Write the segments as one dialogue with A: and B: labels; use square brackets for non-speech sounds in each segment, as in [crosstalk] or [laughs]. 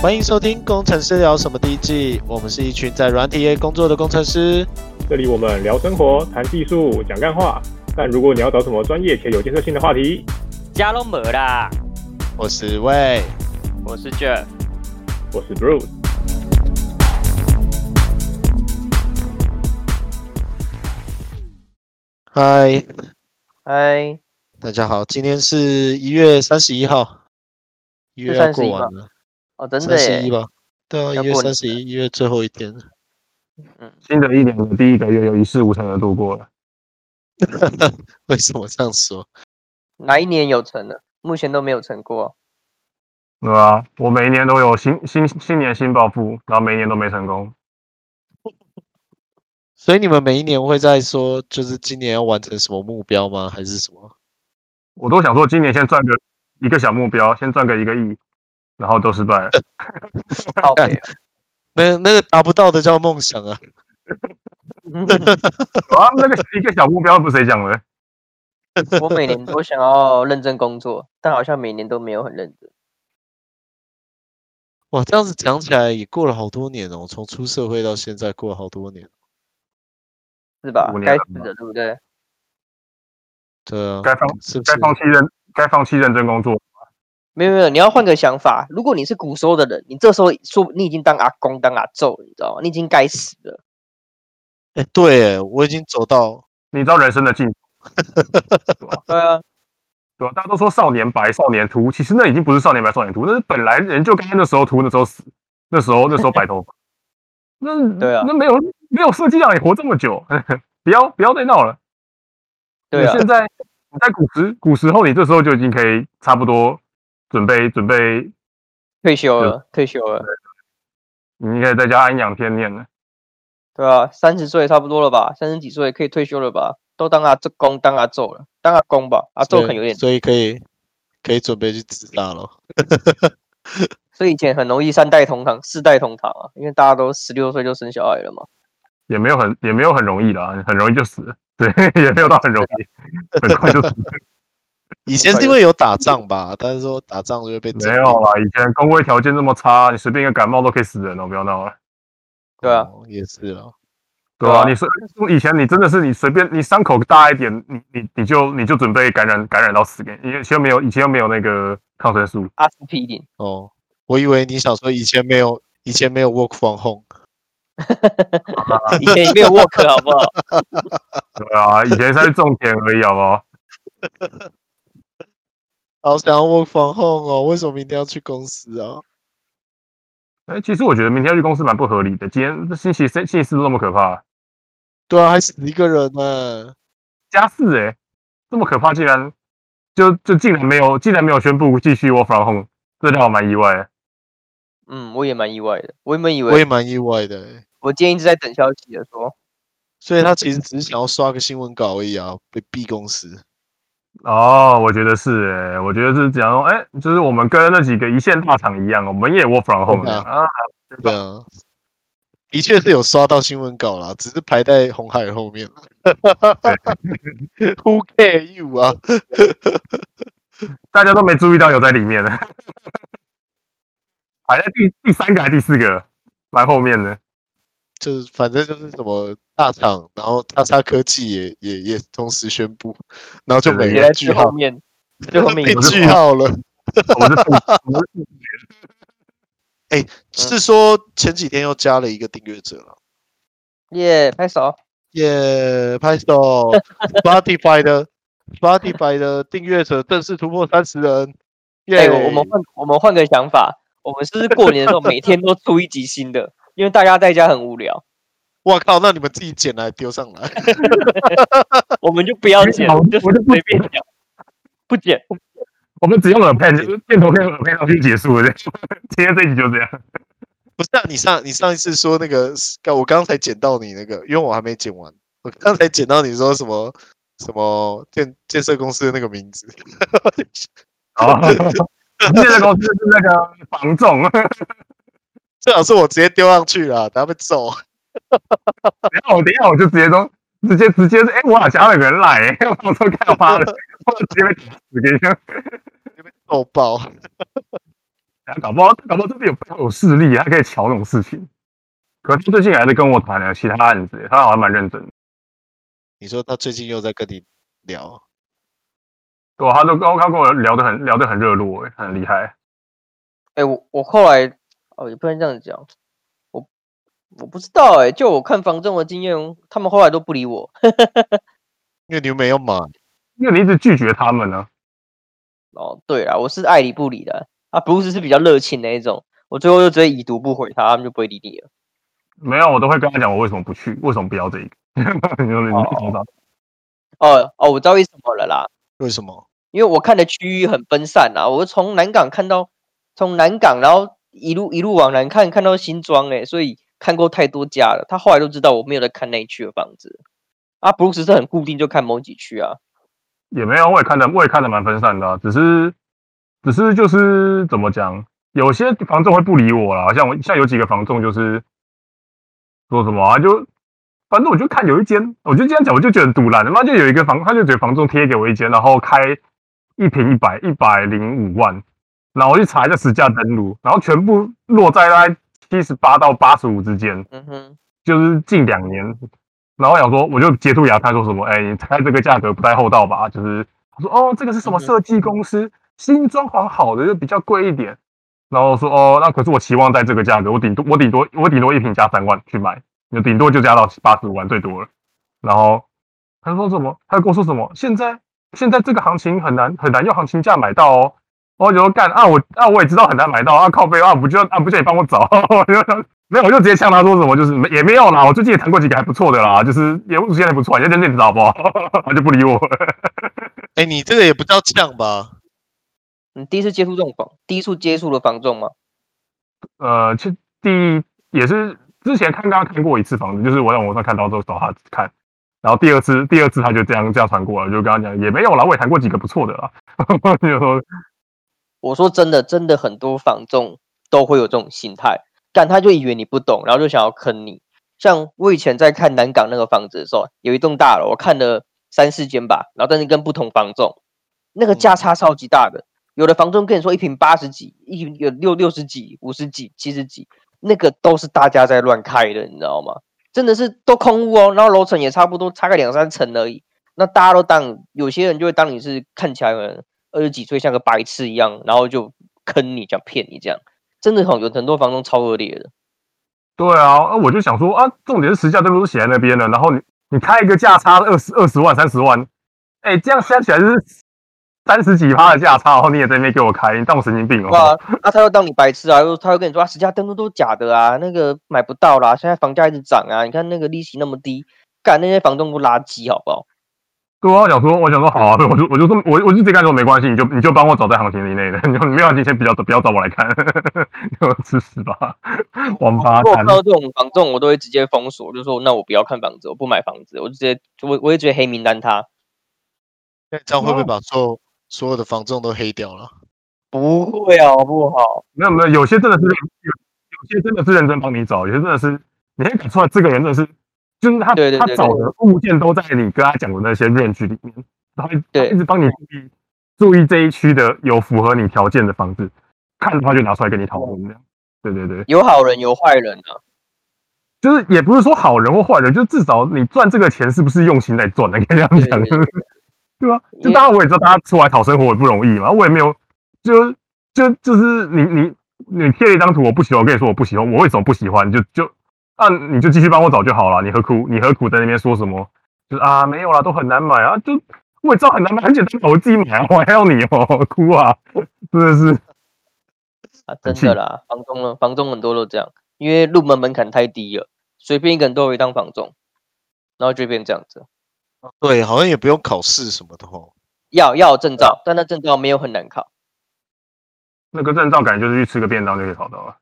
A: 欢迎收听《工程师聊什么》第一季，我们是一群在软体业工作的工程师。
B: 这里我们聊生活、谈技术、讲干话。但如果你要找什么专业且有建设性的话题，
C: 加隆没啦，
A: 我是魏，
C: 我是 Jeff，
B: 我是 Bruce。
A: 嗨，
C: 嗨，
A: 大家好，今天是一月三十一号，一月要过完了，
C: 哦，真
A: 三
C: 的
A: 十一
C: 耶，
A: 吧？对啊，
C: 要
A: 一月
C: 过
A: 三
C: 年
A: 十一，一月最后一天了。 [laughs]
B: 新的一年的第一个月，有一事无成的度过了。
A: 为什么这样说？
C: 哪一年有成的？目前都没有
B: [laughs]
C: 成过。
B: 对啊，我每一年都有新新新年新抱负，然后每一年都没成功。
A: 所以你们每一年会在说，就是今年要完成什么目标吗？还是什么？
B: 我都想说今年先赚个一个小目标，先赚个一个亿，然后都失败了。
C: 靠北 [laughs] 啊
A: 那那个达不到的叫梦想啊！
B: 啊，那个一个小目标不是谁讲的？
C: 我每年都想要认真工作，但好像每年都没有很认真。
A: 哇，这样子讲起来也过了好多年哦，从出社会到现在过了好多年。
C: 是吧
B: 五？年
C: 该
B: 了
C: 死的，对不对？
A: 对啊，
B: 该放
A: 是不
B: 该
A: 是？
B: 放弃认该放弃认真工作。
C: 没有没有，你要换个想法。如果你是古时候的人，你这时候说你已经当阿公当阿昼了，你知道吗？你已经该死了。
A: 哎、对耶，我已经走到
B: 你知道人生的尽头，
C: 对啊，
B: 对吧、大家都说少年白、少年秃，其实那已经不是少年白、少年秃，那是本来人就该那时候秃，那时候死，那时候那时候白头发。那
C: [laughs] 对啊
B: 那没有没有设计让你活这么久，不要不要再闹了。
C: 对啊
B: 你，现在你在古时古时候，你这时候就已经可以差不多准备准备，
C: 退休了，退休了。
B: 你可以在家安养天年了。
C: 对啊，三十岁差不多了吧？三十几岁可以退休了吧？都当阿这公当阿昼了，当阿公吧。阿昼
A: 对
C: 可能有点
A: 所以可以可以准备去自杀了。
C: 所以以前很容易三代同堂、四代同堂啊，因为大家都十六岁就生小孩了嘛。
B: 也没有很也没有很容易啦，很容易就死了，对， [laughs] 也没有到很容易，很快就死了。
A: 以前是因为有打仗吧，但是说打仗就会被整
B: 没有啦，以前工位条件这么差，你随便一个感冒都可以死人哦，不要闹了。
C: 对啊，
A: 哦也是啊，
B: 对
C: 对啊
B: 啊，你是以前你真的是你随便你伤口大一点，你你你就你就准备感染感染到死给，因为以前没有以前又没有那个抗生素，
C: 阿司匹林，
A: 哦，我以为你想说以前没有，以前没有 work from home，啊
C: [laughs] 以前也没有 work 好不好？ [laughs]
B: 对啊，以前才是种田而已，好不好？
A: 好想要 work from home 哦，为什么明天要去公司啊？
B: 哎，其实我觉得明天要去公司蛮不合理的，今天星期三、星期四都那么可怕，
A: 对啊，还死一个人呢、
B: 加四哎，这么可怕，竟然就就竟然没有竟然没有宣布继续 work from home，这让我蛮意外的。
C: 嗯，我也蛮意外的。我原本以
A: 我也
C: 为
A: 蛮意外的欸、
C: 我今天一直在等消息的，说
A: 所以他其实只是想要刷个新闻稿而已啊，被逼公司。
B: 哦，我觉得是诶，我觉得是讲说，哎，就是我们跟那几个一线大厂一样，我们也 work from home
A: 对
B: 的
A: 啊
B: 啊，
A: 对啊，的确是有刷到新闻稿啦，只是排在红海后面。Who care you 啊？
B: 大家都没注意到有在里面的， [laughs] 排在第第三个还是第四个，蛮后面
C: [laughs]
B: 的。
A: 就是反正就是什么大厂，然后叉叉科技也也也同时宣布，然后就没
B: 对
C: 也
A: 了
C: 在
A: 句
C: 最
A: 号
C: 后，面，最后面
A: 被 [laughs]
C: 有
B: 个
A: 句号了。
C: 嗯
B: 我是副，我是副
A: 是说前几天又加了一个订阅者了，
C: 耶，拍手。
A: 耶、拍手 [laughs] ！Spotify 的 Spotify 的订阅者正式突破三十人，耶、
C: 哎，我我们换我们换个想法，我们是不是过年的时候每天都出一集新的？因为大家在家很无聊，
A: 我靠，那你们自己剪来丢上来。
C: 我们就不要
A: [laughs]
C: 剪，
B: 我
C: 就是
B: 我就不
C: 随便讲，不剪。
B: 我们只用了片，就是片头跟耳片上去结束了。 [laughs] 今天这集就这样。 [laughs]
A: 不是啊，你上你上一次说那个，刚我刚才捡到你那个，因为我还没剪完，我刚才捡到你说什么什么建建设公司的那个名字， [laughs]
B: 好，现在公司是那个房仲， [laughs]
A: 最好是我直接丢上去了，等下被揍。
B: 然后我等一下我就直接说，直接直接是，哎、我好加了个人来、 [laughs] 我说干 [laughs] 嘛的，我直接被打死给你。
A: 揍爆！
B: 然后 [laughs] 搞不好搞不好这边有背后有势力，啊他可以瞧那种事情。可是他最近还是跟我谈了其他案子，他好像蛮认真的。
A: 你说他最近又在跟你聊，
B: 对、啊，他都跟我他跟我聊得很聊得很热络、欸，很厉害。
C: 哎、我我后来哦，也不能这样讲，我我不知道哎、就我看房仲的经验，他们后来都不理我
A: 因为你又没有买，
B: 因为你一直拒绝他们呢、
C: 哦。对啦，我是爱理不理的，啊，布鲁斯是比较热情那一种，我最后就直接已读不回他，他们就不会理你了。
B: 没有，我都会跟他讲我为什么不去，为什么不要这个。 [laughs] 你说你你懂吗？
C: 哦哦，我知道为什么了啦，
A: 为什么？
C: 因为我看的区域很分散啊，我从南港看到，从南港然后一路一路往南看，看到新庄哎、所以看过太多家了。他后来都知道我没有在看那一区的房子，啊，布鲁斯是很固定就看某几区啊，
B: 也没有，我也看的我也看的蛮分散的啊、只是只是就是怎么讲，有些房仲会不理我啦，像我像有几个房仲就是说什么啊，就反正我就看有一间，我就这样讲，我就觉得很堵烂，他妈就有一个房，他就觉得房仲贴给我一间，然后开一平一百一百零五万，然后我去查一下实价登录，然后全部落在大概七十八到八十五之间，
C: 嗯哼，
B: 就是近两年，然后想说我就截图给他看，说什么，哎、你猜这个价格不太厚道吧？就是他说哦，这个是什么设计公司，新装潢好的就比较贵一点。然后说哦，那可是我期望在这个价格，我顶多我顶多我顶多一平加三万去买，就顶多就加到八十五万最多了。然后他说什么？他跟我说什么？现在现在这个行情很难很难用行情价买到哦。我就说干啊，我啊我也知道很难买到啊，靠背啊不就啊不就你帮我找， [laughs] 我就没有，我就直接呛他说什么，就是没也没有啦。我最近也谈过几个还不错的啦，就是业务现在不错，人家认识好不好？他就不理我 [laughs] 了。
A: 哎，你这个也不叫呛吧？
C: 你嗯第一次接触这种房，第一次接触的房仲吗？
B: 呃，其实第一也是之前看刚刚看过一次房子，就是我在网上看到之后找他看，然后第二次第二次他就这样这样传过来，我就跟他讲也没有啦，我也谈过几个不错的啦。 [laughs] 就说
C: 我说真的，真的很多房仲都会有这种心态，但他就以为你不懂，然后就想要坑你。像我以前在看南港那个房子的时候，有一栋大楼，我看了三四间吧，然后但是跟不同房仲，那个价差超级大的。有的房仲跟你说一平八十几，一平有六六十几、五十几、七十几，那个都是大家在乱开的，你知道吗？真的是都空屋哦，然后楼层也差不多，差个两三层而已。那大家都当有些人就会当你是看起来可能二十几岁像个白痴一样，然后就坑你，讲骗你这样，真的很有很多房东超恶劣的。
B: 对啊，啊我就想说啊，重点是实价登录都写在那边了，然后你你开一个价差二十二十万三十万，哎，这样加起来就是三十几趴的价差，然后你也在那边给我开，你当我神经病哦？
C: 哇，那、啊他要当你白痴啊，又他会跟你说啊，实价登录都是假的啊，那个买不到啦，现在房价一直涨啊，你看那个利息那么低，干那些房东都垃圾好不好？
B: 对啊，我想说，我想说，好啊，我就我就说，我我就直接跟他说没关系，你就你就帮我找在行情以内的，你就你没有行情先不要不要找我来看， [laughs] 就吃屎吧，王八
C: 如果
B: 蛋
C: 看！到这种房仲，我都会直接封锁，就说那我不要看房子，我不买房子，我就直接我我会直接黑名单他。
A: 那这样会不会把所有所有的房仲都黑掉了？
C: 不会好不好？
B: 没有没有，有些真的是认有有些真的是认真帮你找，有些真的是你可以感受到这个人真的是，就是他
C: 对对
B: 他
C: 对
B: 找的物件都在你跟他讲的那些 range 里面，然后他
C: 对
B: 一直帮你注意注意这一区的有符合你条件的房子，看的话就拿出来跟你讨论这样。对对对，
C: 有好人有坏人啊，
B: 就是也不是说好人或坏人，就至少你赚这个钱是不是用心在赚的，可以这样
C: 对
B: 讲
C: 对。对
B: [laughs] 对啊，
C: 因
B: 就
C: 为
B: 当然我也知道大家出来讨生活也不容易嘛，我也没有，就就就是你你你贴了一张图，我不喜欢，我跟你说我不喜欢，我为什么不喜欢？就就啊，你就继续帮我找就好了，你何苦你何苦在那边说什么？就是啊，没有啦，都很难买啊，就我也知道很难买，很简单嘛，我自己买啊，我还要你哦， [laughs] 哭啊，真的是
C: 啊，真
B: 气
C: 的啦，房东呢，房东很多都这样，因为入门门槛太低了，随便一个人都可以当房东，然后就变这样子。
A: 对，好像也不用考试什么的哦。
C: 要要有证照，但那证照没有很难考。
B: 那个证照，感觉就是去吃个便当就可以考到了。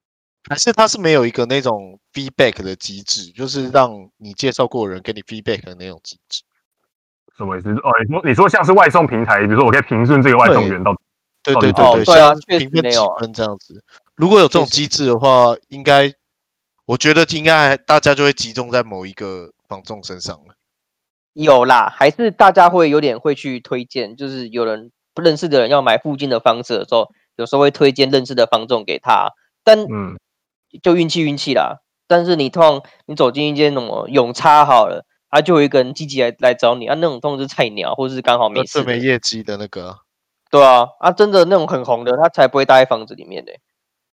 A: 还是他是没有一个那种 feedback 的机制，就是让你介绍过的人给你 feedback 的那种机制。
B: 什么意思？哦，你说你说像是外送平台，比如说我可以评论这个外送员到底
A: 对
B: 哦
A: 对
B: 你
A: 对
B: 哦
A: 对，
C: 对啊
A: 像
C: 确
A: 评
C: 实
A: 分
C: 没
A: 几
C: 有啊
A: 分这样子。如果有这种
C: 确
A: 机制的话，应该我觉得应该还大家就会集中在某一个房仲身上了。
C: 有啦，还是大家会有点会去推荐，就是有人不认识的人要买附近的房子的时候，有时候会推荐认识的房仲给他，但
B: 嗯，
C: 就运气运气啦。但是你通常你走进一间什么永差好了，他就有一个人积极来来找你，啊，那种通常是菜鸟，或是刚好没
A: 那
C: 事
A: 最
C: 的
A: 呃没，业绩的那个啊、
C: 对啊，啊，真的那种很红的，他才不会待在房子里面的、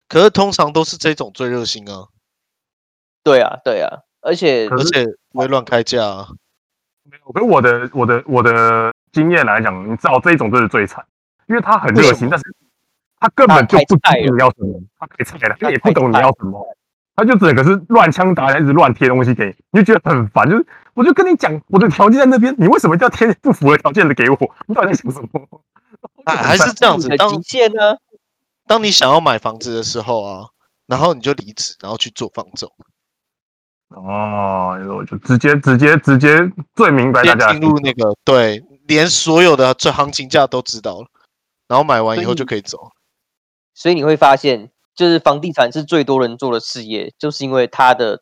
A: 可是通常都是这种最热心啊，
C: 对啊，对啊，而且
B: 可
A: 而
B: 是
A: 且不会乱开价啊。
B: 跟我的我的我的经验来讲，你知道这一种就是最惨，因为他很
A: 为
B: 热
A: 什
B: 心，
A: 么
B: 但是他根本就不
C: 太菜
B: 知
C: 了
B: 你要什么，他太菜了，他也
C: 太
B: 不懂你
C: 菜
B: 要什么，他就整个是乱枪打鸟，一直乱贴东西给你，你就觉得很烦。就是我就跟你讲，我的条件在那边，你为什么一定要贴不符合条件的给我？你到底在想什么？ [laughs]
A: 哎还是这样子
C: 你的
A: 当
C: 极限呢、
A: 当你想要买房子的时候啊，然后你就离职，然后去做房仲，
B: 哦，我就直接直接直接最明白大
A: 先
B: 家的
A: 进入那个对，连所有的最行情价都知道了，然后买完以后
C: 所以
A: 就可以走。
C: 所以你会发现，就是房地产是最多人做的事业，就是因为它的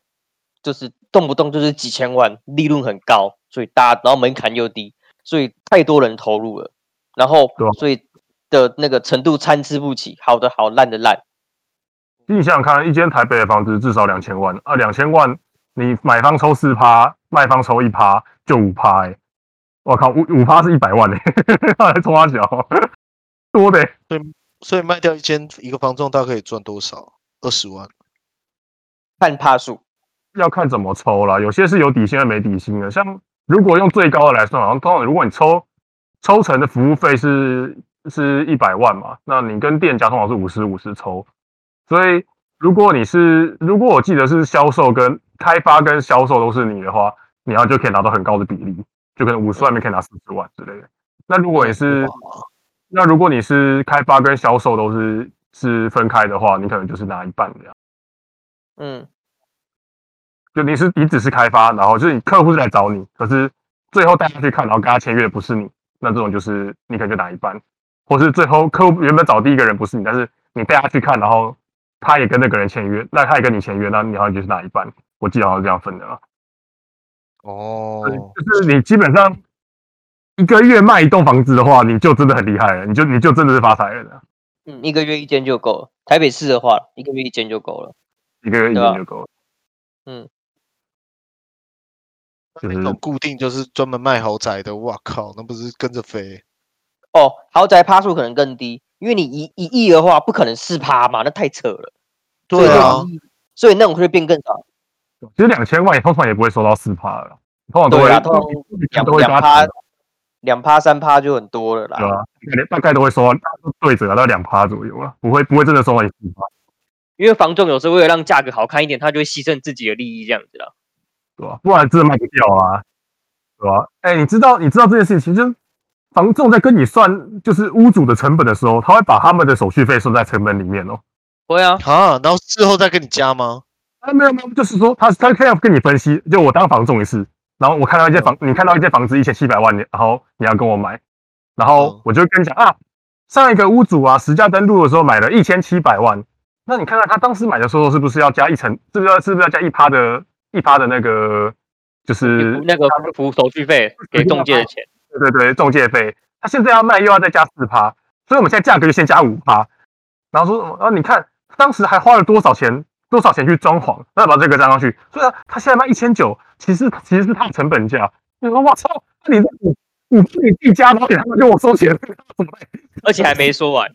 C: 就是动不动就是几千万，利润很高，所以大家然后门槛又低，所以太多人投入了，然后
B: 对啊
C: 所以的那个程度参差不齐，好的好，烂的烂。
B: 你想想看，一间台北的房子至少两千万啊，两千万，你买方抽四趴，卖方抽一趴，就五趴哎！我靠，五五趴是一百万哎、欸， [laughs] 还冲他脚，多的欸、
A: 所以卖掉一间一个房仲，大概可以赚多少？二十万。
C: 看帕数，
B: 要看怎么抽啦。有些是有底薪，的，没底薪的。像如果用最高的来算，好像通常如果你抽抽成的服务费是是一百万嘛，那你跟店家通常是五十五十抽。所以如果你是如果我记得是销售跟开发跟销售都是你的话，你要就可以拿到很高的比例，就可能五十万里面可以拿四十万之类的。那如果你
C: 嗯
B: 是
A: 哇
B: 那如果你是开发跟销售都是是分开的话，你可能就是拿一半这样。
C: 嗯，
B: 就你是你只是开发，然后就是你客户是来找你，可是最后带他去看，然后跟他签约的不是你，那这种就是你可能就拿一半，或是最后客户原本找第一个人不是你，但是你带他去看，然后他也跟那个人签约，那他也跟你签约，那你好像就是拿一半，我记得好像是这样分的啊。
A: 哦，
B: 就是你基本上一个月卖一栋房子的话，你就真的很厉害了，你就你就真的是发财了，
C: 嗯，一个月一间就够了。台北市的话，一个月一间就够了。
B: 一个月一
C: 对啊
B: 年就够了。就是
C: 嗯
A: 那种固定就是专门卖豪宅的，哇靠，那不是跟着飞？
C: 哦，豪宅趴数可能更低，因为你一一亿的话，不可能四趴嘛，那太扯了。所以
A: 对啊
C: 就，一亿，所以那种会变更少。
B: 其实两千万你通常也不会收到四趴了，通常都会
C: 对啊通常
B: 都会
C: 两
B: 加
C: 两趴，两趴三趴就很多了
B: 对
C: 啦。
B: 啊，大概都会收到对折到两趴左右了，不会不会真的收到一四趴，
C: 因为房仲有时候为了让价格好看一点，他就会牺牲自己的利益这样子啦。
B: 对吧、不然真的卖不掉啊，对吧、哎、你知道你知道这件事情，就是房仲在跟你算就是屋主的成本的时候，他会把他们的手续费算在成本里面哦。
C: 会啊，
A: 啊，然后事后再跟你加吗？
B: 啊，没有没有，就是说他他他要跟你分析，就我当房仲一次，然后我看到一间房，你看到一间房子一千七百万，你然后你要跟我买，然后
A: 嗯
B: 我就跟你讲啊，上一个屋主啊，实价登录的时候买了一千七百万，那你看看他当时买的时候是不是要加一层，是不是要是不是要加一趴的一趴的那个，就是
C: 那个付手续
B: [laughs]
C: 费
B: 啊
C: 给中介的钱，
B: 对对对，中介费，他现在要卖又要再加四趴，所以我们现在价格就先加五趴。然后说，啊，你看当时还花了多少钱，多少钱去装潢，那把这个加上去，所以他他现在卖一千九，其实其实是他的成本价。你说我操，那你这五五自己自加，然后给他们给我收钱， [laughs] 怎么办？
C: 而且还没说完，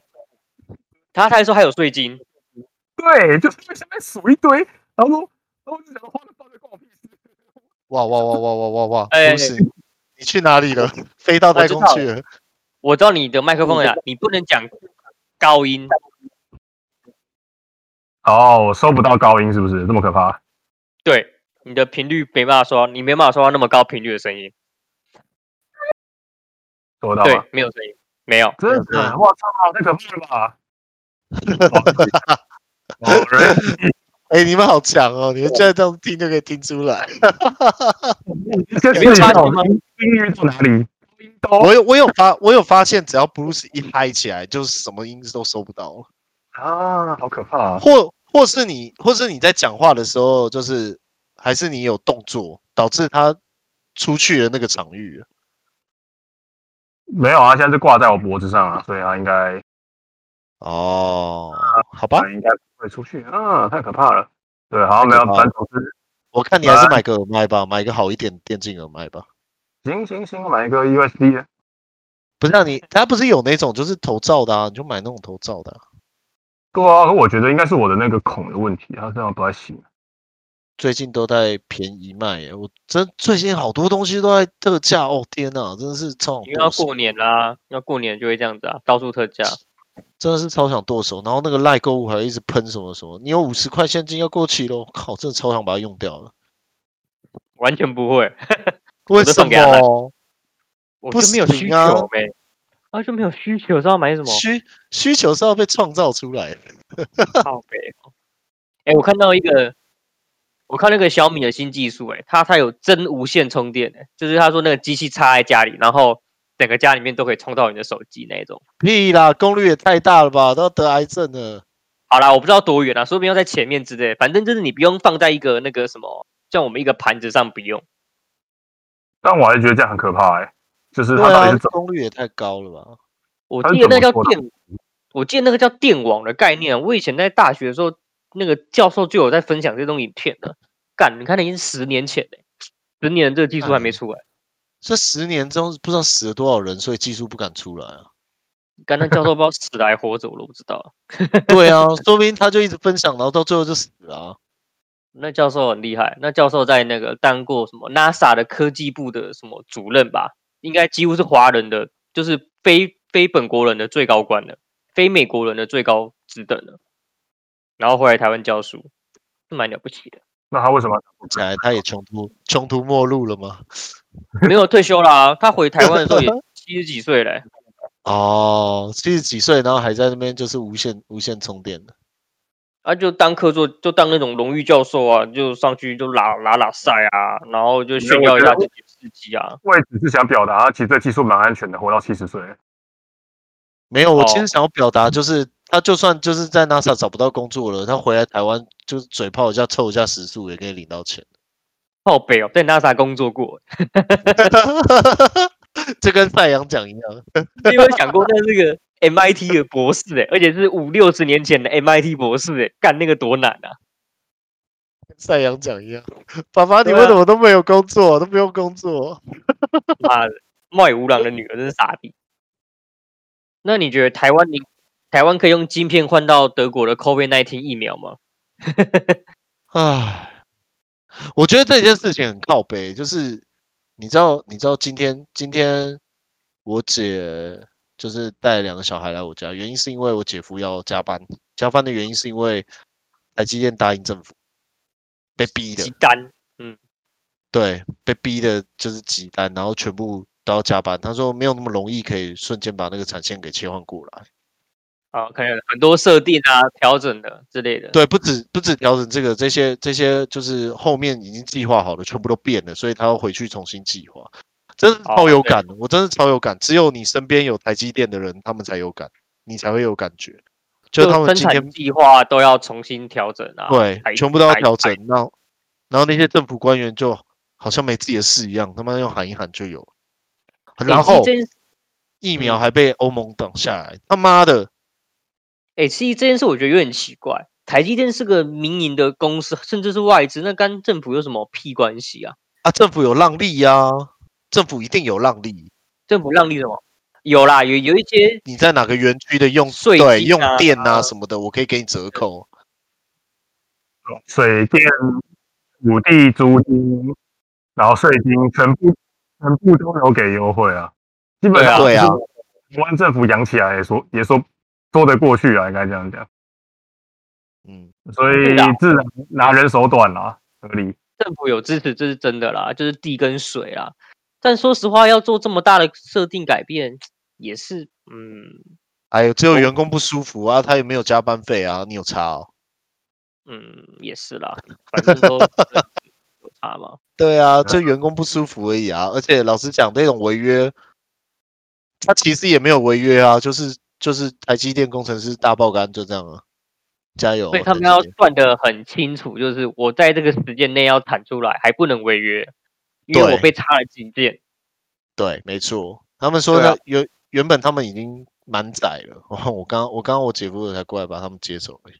C: 他他还说还有税金，
B: 对，就是在前面数一堆，然后说，然后就想花了多少关我屁事。 [laughs]
A: 哇哇哇哇哇哇哇！
C: 哎
A: 不是，你去哪里了？ [laughs] 飞到太空
C: 我知道
A: 去了？
C: 我知道你的麦克风
B: 嗯
C: 呀，你不能讲高音，
B: 哦，我收不到高音是不是这么可怕？
C: 对，你的频率没办法说，你没办法说到那么高频率的声音，
B: 收得到
C: 对
B: 吗？，
C: 没有声音，没有，
B: 真的，我操，太可怕了
A: [laughs]
B: 吧！哦，人 [laughs]
A: 哎、你们好强哦！你们居然这样听就可以听出来。
B: 这
C: 没有
B: 是
C: 发
B: 到
C: 现吗
B: 音域到哪里？
C: 哦
A: 我有我有发我有发现，只要 Bruce 一嗨起来，就是什么音都收不到了，
B: 啊，好可怕、啊！
A: 或或是你或是你在讲话的时候，就是还是你有动作，导致他出去的那个场域了。
B: 没有啊，现在是挂在我脖子上啊，所以啊，应该
A: 哦，好吧，
B: 啊应该不会出去啊，太可怕了。对，好，没有，反正总之
A: 我看你还
C: 啊
A: 是买个耳麦吧，买个好一点电竞耳麦吧。
B: 行行行，我买一个 USB 的。
A: 不是让你，它不是有那种就是头罩的啊，你就买那种头罩的啊、
B: 对啊，我觉得应该是我的那个孔的问题，它这样不太行。
A: 最近都在便宜卖耶，我真最近好多东西都在特价哦，天呐，真的是超想
C: 因为要
A: 剁手
C: 过年啦，要过年就会这样子啊，到处特价。
A: 真的是超想剁手，然后那个赖购物还一直喷什么什么，你有五十块现金要过期喽，靠，真的超想把它用掉了。
C: 完全不会，
A: 为
C: 就
A: 什
C: 送给他
A: 么
C: 我
A: 不
C: 就没有
A: 行
C: 需
A: 啊
C: 求呗，啊就没有需求，知道买什么？
A: 需需求是要被创造出来的？
C: 靠北哦。哎、我看到一个，我看那个小米的新技术，哎，它它有真无线充电，哎，就是他说那个机器插在家里，然后整个家里面都可以充到你的手机那一种。
A: 屁啦，功率也太大了吧，都要得癌症了。
C: 好啦，我不知道多远啊，说不定要在前面之类，反正就是你不用放在一个那个什么，像我们一个盘子上不用。
B: 但我还是觉得这样很可怕哎、就是
A: 对
B: 它到底
A: 啊
B: 是，怎么？
A: 功率也太高了吧？
C: 我
B: 它是
C: 记得那
B: 怎
C: 个叫
B: 么做的
C: 电，我记得那个叫电网的概念啊。我以前在大学的时候，那个教授就有在分享这种影片的。干，你看，那已经十年前嘞、十年这个技术还没
A: 哎
C: 出来。
A: 这十年中不知道死了多少人，所以技术不敢出来
C: [laughs]
A: 啊。
C: 干，那教授不知道死来活走了，我不知道。
A: 对啊，说不定他就一直分享，然后到最后就死了啊、
C: 那教授很厉害，那教授在那个当过什么 NASA 的科技部的什么主任吧，应该几乎是华人的，就是非非本国人的最高官了，非美国人的最高职等了。然后回来台湾教书，是蛮了不起的。
B: 那它为什么？
A: 起来他也穷途穷途末路了吗？
C: 没有退休啦，他回台湾的时候也七十几岁嘞、
A: 哦，七十几岁，然后还在那边就是无限无限充电的。
C: 啊，就当客座，就当那种荣誉教授啊，就上去就拉拉拉赛啊，然后就炫耀一下自己的事迹啊。
B: 我也只是想表达，其实这技术蛮安全的，活到七十岁。
A: 没有，我其
C: 哦
A: 实想要表达就是，他就算就是在 NASA 找不到工作了，他回来台湾就是嘴炮一下，凑一下时速也可以领到钱。 [laughs]
C: 靠北哦，在 NASA 工作过，
A: 这跟太阳讲一样，
C: 你有没有想过那是个 MIT 的博士哎、而且是五六十年前的 MIT 博士哎、干那个多难啊！
A: 太阳讲一样。爸爸，你
C: 对
A: 为
C: 啊
A: 什么都没有工作，都不用工作？
C: 妈的，卖五郎的女儿真是傻逼。那你觉得台湾你台湾可以用晶片换到德国的 COVID-19 疫苗吗？
A: 唉，我觉得这件事情很靠北，就是你知道，你知道今天今天我姐就是带两个小孩来我家，原因是因为我姐夫要加班，加班的原因是因为台积电答应政府被逼的
C: 鸡，蛋
A: 对，被逼的就是急单，然后全部都要加班。他说没有那么容易可以瞬间把那个产线给切换过来。
C: 啊，可能很多设定啊、调整的之类的。
A: 对，不止不止调整这个，这些这些就是后面已经计划好的，全部都变了，所以他要回去重新计划，真是
C: 哦
A: 超有
C: 对
A: 感的，我真是超有感。只有你身边有台积电的人，他们才有感，你才会有感觉。就他们
C: 生
A: 今天
C: 产计划都要重新调整啊，
A: 对，
C: 改
A: 全部都要
C: 改
A: 调
C: 改
A: 整，然后然后那些政府官员就好像没自己的事一样，他们要喊一喊就有了。
C: 欸
A: 然
C: 其实
A: 后
C: 这件事
A: 疫苗
C: 嗯
A: 还被欧盟挡下来，他妈的！
C: 哎，其实这件事我觉得有点奇怪。台积电是个民营的公司，甚至是外资，那跟政府有什么屁关系啊？
A: 啊，政府有让利呀、政府一定有让利。
C: 政府让利什么？有啦，有有一些
A: 你在哪个园区的用
C: 税
A: 对
C: 金
A: 用
C: 啊
A: 电啊什么的，我可以给你折扣。
B: 水电、土地租金，然后税金，全部全部都有给优惠啊。基本上
A: 对啊
B: 就是台湾政府养起来也说也说说得过去啊，应该这样讲。
A: 嗯，
B: 所以
C: 对啊
B: 自然拿人手短啦、合理。
C: 政府有支持，这是真的啦，就是地跟水啦。但说实话，要做这么大的设定改变，也是嗯
A: 哎呦，只有员工不舒服啊，他也没有加班费啊，你有差哦？
C: 嗯也是啦，反正
A: [laughs]
C: 都有差嘛。
A: 对啊，
B: 对
A: 就员工不舒服而已啊。而且老实讲，那种违约，他其实也没有违约啊，就是就是台积电工程师大爆肝就这样啊，加油哦！
C: 所以他们
A: 台积
C: 要
A: 电
C: 算得很清楚，就是我在这个时间内要产出来，还不能违约，因为我
A: 对
C: 被插了警戒。
A: 对，没错，他们说
C: 对啊
A: 呢，原原本他们已经蛮窄了。哦我刚我刚我姐夫才过来把他们接走而已。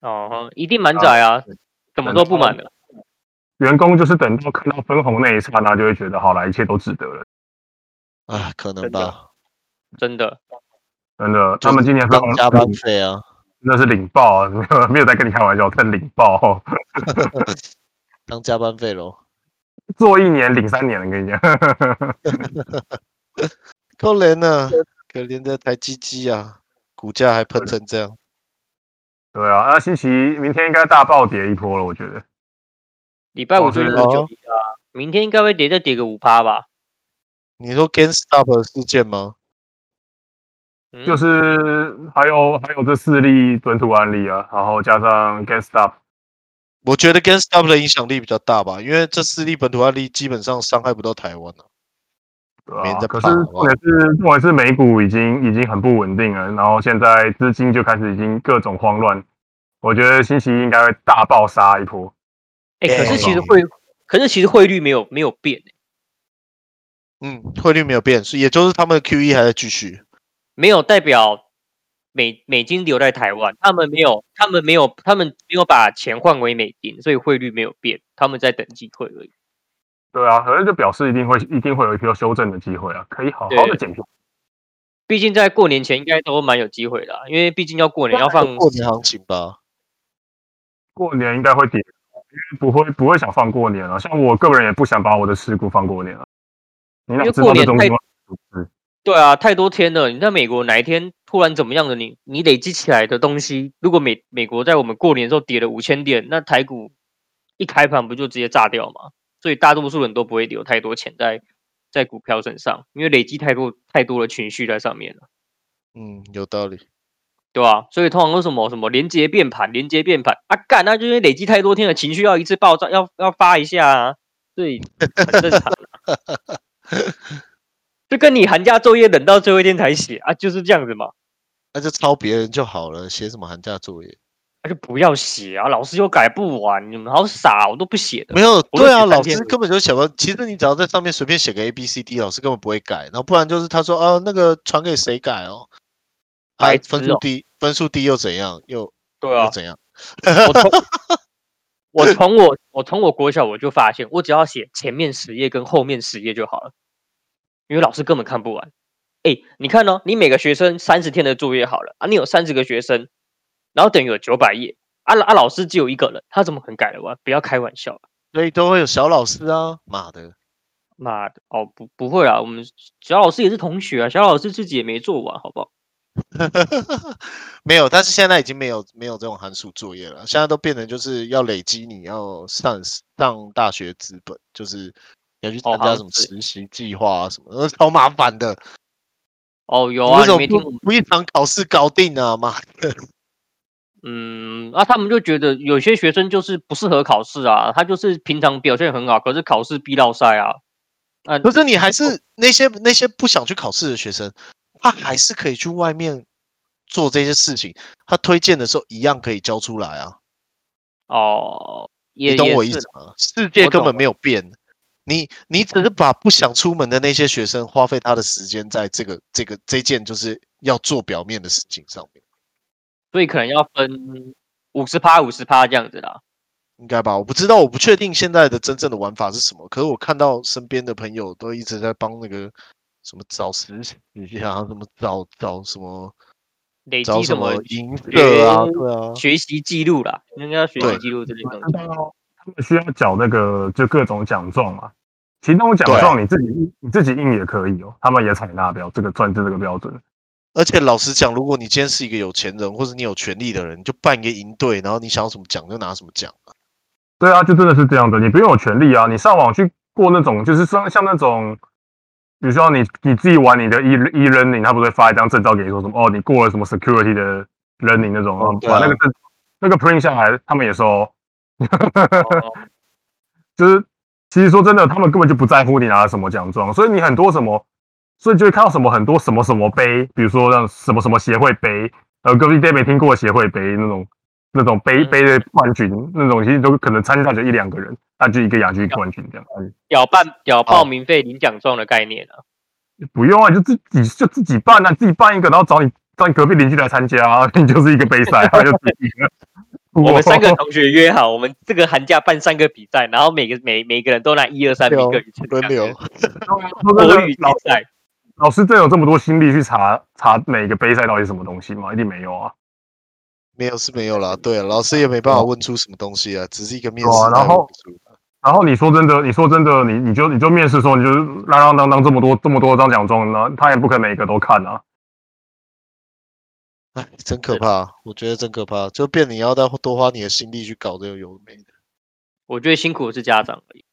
C: 哦，一定满载啊，怎么都不满的。
B: 员工就是等到看到分红那一刹那，就会觉得好了，一切都值得了。
A: 啊，可能
C: 真的
A: 吧。
C: 真的，
B: 真的，
A: 就
B: 他们今年分
A: 当
B: 红
A: 加班费啊，
B: 那是领爆，没有 [laughs] 没有在跟你开玩笑，真领爆，
A: 当加班费喽。
B: 做一年领三年了，跟你讲。 [laughs]
A: 可怜啊，可怜的台积机啊，股价还喷成这样。
B: 对啊，那西奇明天应该大暴跌一波了，我觉得。
C: 礼拜
B: 哦
C: 五就是
B: 真
A: 的
C: 九
A: 哦
C: 一啊，明天应该会跌，再跌个五趴吧。
A: 你说 GameStop 的事件吗？
C: 嗯
B: 就是还有还有这四例本土案例啊，然后加上 GameStop，
A: 我觉得 GameStop 的影响力比较大吧，因为这四例本土案例基本上伤害不到台湾了、啊
B: 对
A: 没
B: 吧、
A: 得
B: 可
A: 跑
B: 是
A: 啊
B: 重点是重点是美股已经已经很不稳定了，然后现在资金就开始已经各种慌乱，我觉得西奇应该会大爆杀一波。
C: 哎、可是其实
B: 哦
C: 汇，可是其实汇率没有没有变、欸
A: 嗯，汇率没有变，是也就是他们的 QE 还在继续。
C: 没有代表美美金留在台湾，他们没有，他们没有，他们没有把钱换为美金，所以汇率没有变，他们在等机会而已。
B: 对啊，可是就表示一定会一定会有一波修正的机会啊，可以好好的
C: 对
B: 检票。
C: 毕竟在过年前应该都蛮有机会的啊、因为毕竟要过年要放
A: 过年行情吧？
B: 过年应该会跌，因为不会不会想放过年了、啊像我个人也不想把我的持股放过年了、啊你哪
C: 因为
B: 知道
C: 过
B: 这
C: 年
B: 种
C: 太
B: 情况是不是？
C: 对啊，太多天了。你在美国哪一天突然怎么样的你，你累积起来的东西，如果美美国在我们过年的时候跌了五千点，那台股一开盘不就直接炸掉吗？所以大多数人都不会留太多钱在在股票身上，因为累积太多太多的情绪在上面了，
A: 嗯，有道理。
C: 对吧、所以通常都什么什么连接变盘，连接变盘啊，干，那就是累积太多天的情绪要一次爆炸，要要发一下啊，所以很正常啊、 [laughs] 就跟你寒假作业等到最后一天才写啊，就是这样子嘛。
A: 那就抄别人就好了，写什么寒假作业？
C: 那就不要写啊，老师又改不完，你们好傻，我都不写的。
A: 没有，
C: 我
A: 对
C: 都
A: 啊，
C: 写三
A: 老
C: 天
A: 师
C: 而已
A: 根本就想不到。其实你只要在上面随便写个 A B C D，老师根本不会改。然后不然就是他说啊，那个传给谁改哦？啊
C: 白，痴
A: 分数
C: 哦
A: 低，分数低又怎样？又
C: 对
A: 又
C: 啊，
A: 怎样？
C: 我从我从我我从我国小我就发现，我只要写前面十页跟后面十页就好了，因为老师根本看不完。哎、你看哦，你每个学生三十天的作业好了啊，你有三十个学生，然后等于有九百页啊啊，老师只有一个人，他怎么可能改得完？不要开玩笑了，
A: 所以都会有小老师啊，妈的， [laughs]
C: 妈的哦，不不会啦，我们小老师也是同学啊，小老师自己也没做完，好不好？
A: 没有。但是现在已经没有没有这种函数作业了，现在都变成就是要累积你要上上大学资本，就是你要去
C: 哦
A: 参加
C: 好像
A: 什么
C: 是
A: 实习计划啊什么的，超麻烦的。
C: 哦，有
A: 你为
C: 啊，
A: 什
C: 你
A: 么
C: 没听我
A: 不不一场考试搞定啊？妈
C: 嗯，啊，他们就觉得有些学生就是不适合考试啊，他就是平常表现很好，可是考试必落赛啊。啊，
A: 可是你还是那些那些不想去考试的学生，他还是可以去外面做这些事情。他推荐的时候一样可以交出来啊，
C: 哦，也
A: 你懂
C: 也
A: 我意
C: 是
A: 思吗？世界
C: 我
A: 根
C: 懂
A: 本
C: 了
A: 没有变，你你只是把不想出门的那些学生花费他的时间在这个这个这件就是要做表面的事情上面，
C: 所以可能要分五十趴、五十趴这样子啦。
A: 应该吧？我不知道，我不确定现在的真正的玩法是什么。可是我看到身边的朋友都一直在帮那个什么找实习啊，什么找找什么。
C: 累
A: 找
C: 积
A: 什
C: 什
A: 么
C: 么
A: 银色啊，
C: 学
A: 对啊，
C: 学习记录啦，应该要学
A: 对
C: 习记录之类的
B: 知
C: 东
B: [laughs]
C: 西。
A: 嗯
B: 道他们需要缴那个就各种奖状嘛，其中奖
A: 对
B: 状你自己印你自己印也可以哦，他们也采纳标这个赚这个标准。
A: 而且老实讲，如果你今天是一个有钱人，或者你有权利的人，你就办一个营队，然后你想要什么奖就拿什么
B: [laughs]
A: 奖。
B: 对啊，就真的是这样子，你不用有权利啊，你上网去过那种就是像像那种，比如说你你自己玩你的 e e learning，他不是会发一张证照给你说什么哦，你过了什么 security 的 learning 那种，
A: 哦对
B: 把
A: 啊
B: 那个证那个 print 下来，他们也收哦。
C: 哦
B: 就是其实说真的，他们根本就不在乎你拿了什么奖状，所以你很多什么，所以就会看到什么很多什么什么杯，比如说让什么什么协会杯，呃，隔壁店没听过协会杯那种那种杯
C: 嗯
B: 杯的冠军那种，其实都可能参加就一两个
C: 嗯
B: 人，那就一个亚军冠军这样。
C: 缴办缴
A: 好
C: 报名费领奖状的概念啊。
B: 不用啊，你就自己就自己办啊，自己办一个，然后找你找你隔壁邻居来参加、啊， [laughs] 你就是一个杯赛，啊
C: [laughs]
B: 他就自己一个。
C: 我们三个同学约好，我们这个寒假办三个比赛，然后每个每每个人都拿一二三名
A: 对哦
C: 各一次
A: 轮流。
B: [laughs] 说
C: 国
B: 真的
C: 语竞
B: 老
C: 赛。
B: 老师真有这么多心力去查查每个杯赛到底是什么东西吗？一定没有啊。
A: 没有是没有啦，对，啊老师也没办法问出什么东西啊，只是一个面试
B: 对
A: 才
B: 啊哦然后
A: 问不出来。
B: 然后你说真的，你说真的，你你就你就面试的时候，你就啷啷当当这么多这么多张奖状呢，他也不可能每个都看啊。
A: 哎，真可怕，我觉得真可怕，就变你要再多花你的心力去搞这个有的没的。
C: 我觉得辛苦的是家长而已。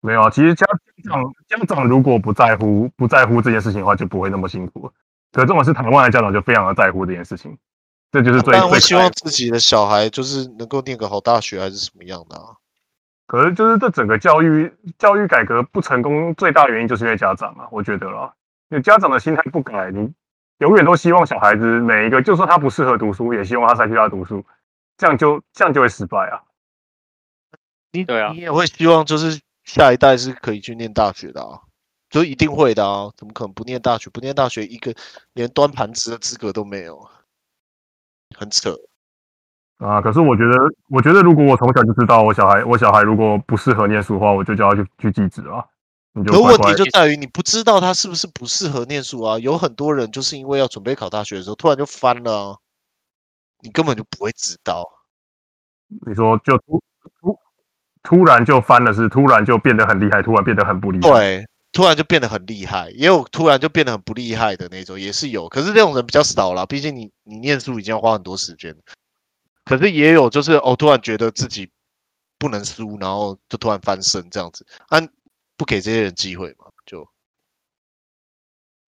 B: 没有啊，其实家家长家长如果不在乎不在乎这件事情的话，就不会那么辛苦了。可这种是台湾的家长就非常的在乎这件事情，这就是最
A: 但
B: 最
A: 会希望
B: 可爱的
A: 自己的小孩就是能够念个好大学还是什么样的啊？
B: 可是就是这整个教育教育改革不成功，最大原因就是因为家长啊，我觉得啦，你家长的心态不改，你永远都希望小孩子每一个，就算他不适合读书，也希望他再去他读书，这样就这样就会失败啊。
A: 你
C: 对啊
A: 你也会希望就是下一代是可以去念大学的啊，就一定会的啊，怎么可能不念大学？不念大学，一个连端盘子的资格都没有，很扯。
B: 啊，可是我觉得，我觉得如果我从小就知道我小孩，我小孩如果不适合念书的话，我就叫他去去寄职啊。你就
A: 可
B: 乖
A: 问
B: 乖
A: 题就在于你不知道他是不是不适合念书啊。有很多人就是因为要准备考大学的时候，突然就翻了、啊，你根本就不会知道。
B: 你说就突突突然就翻了是，突然就变得很厉害，突然变得很不厉害。
A: 对，突然就变得很厉害，也有突然就变得很不厉害的那种，也是有。可是这种人比较少啦，毕竟你你念书已经要花很多时间。可是也有就是哦，突然觉得自己不能输，然后就突然翻身这样子，啊，不给这些人机会嘛，就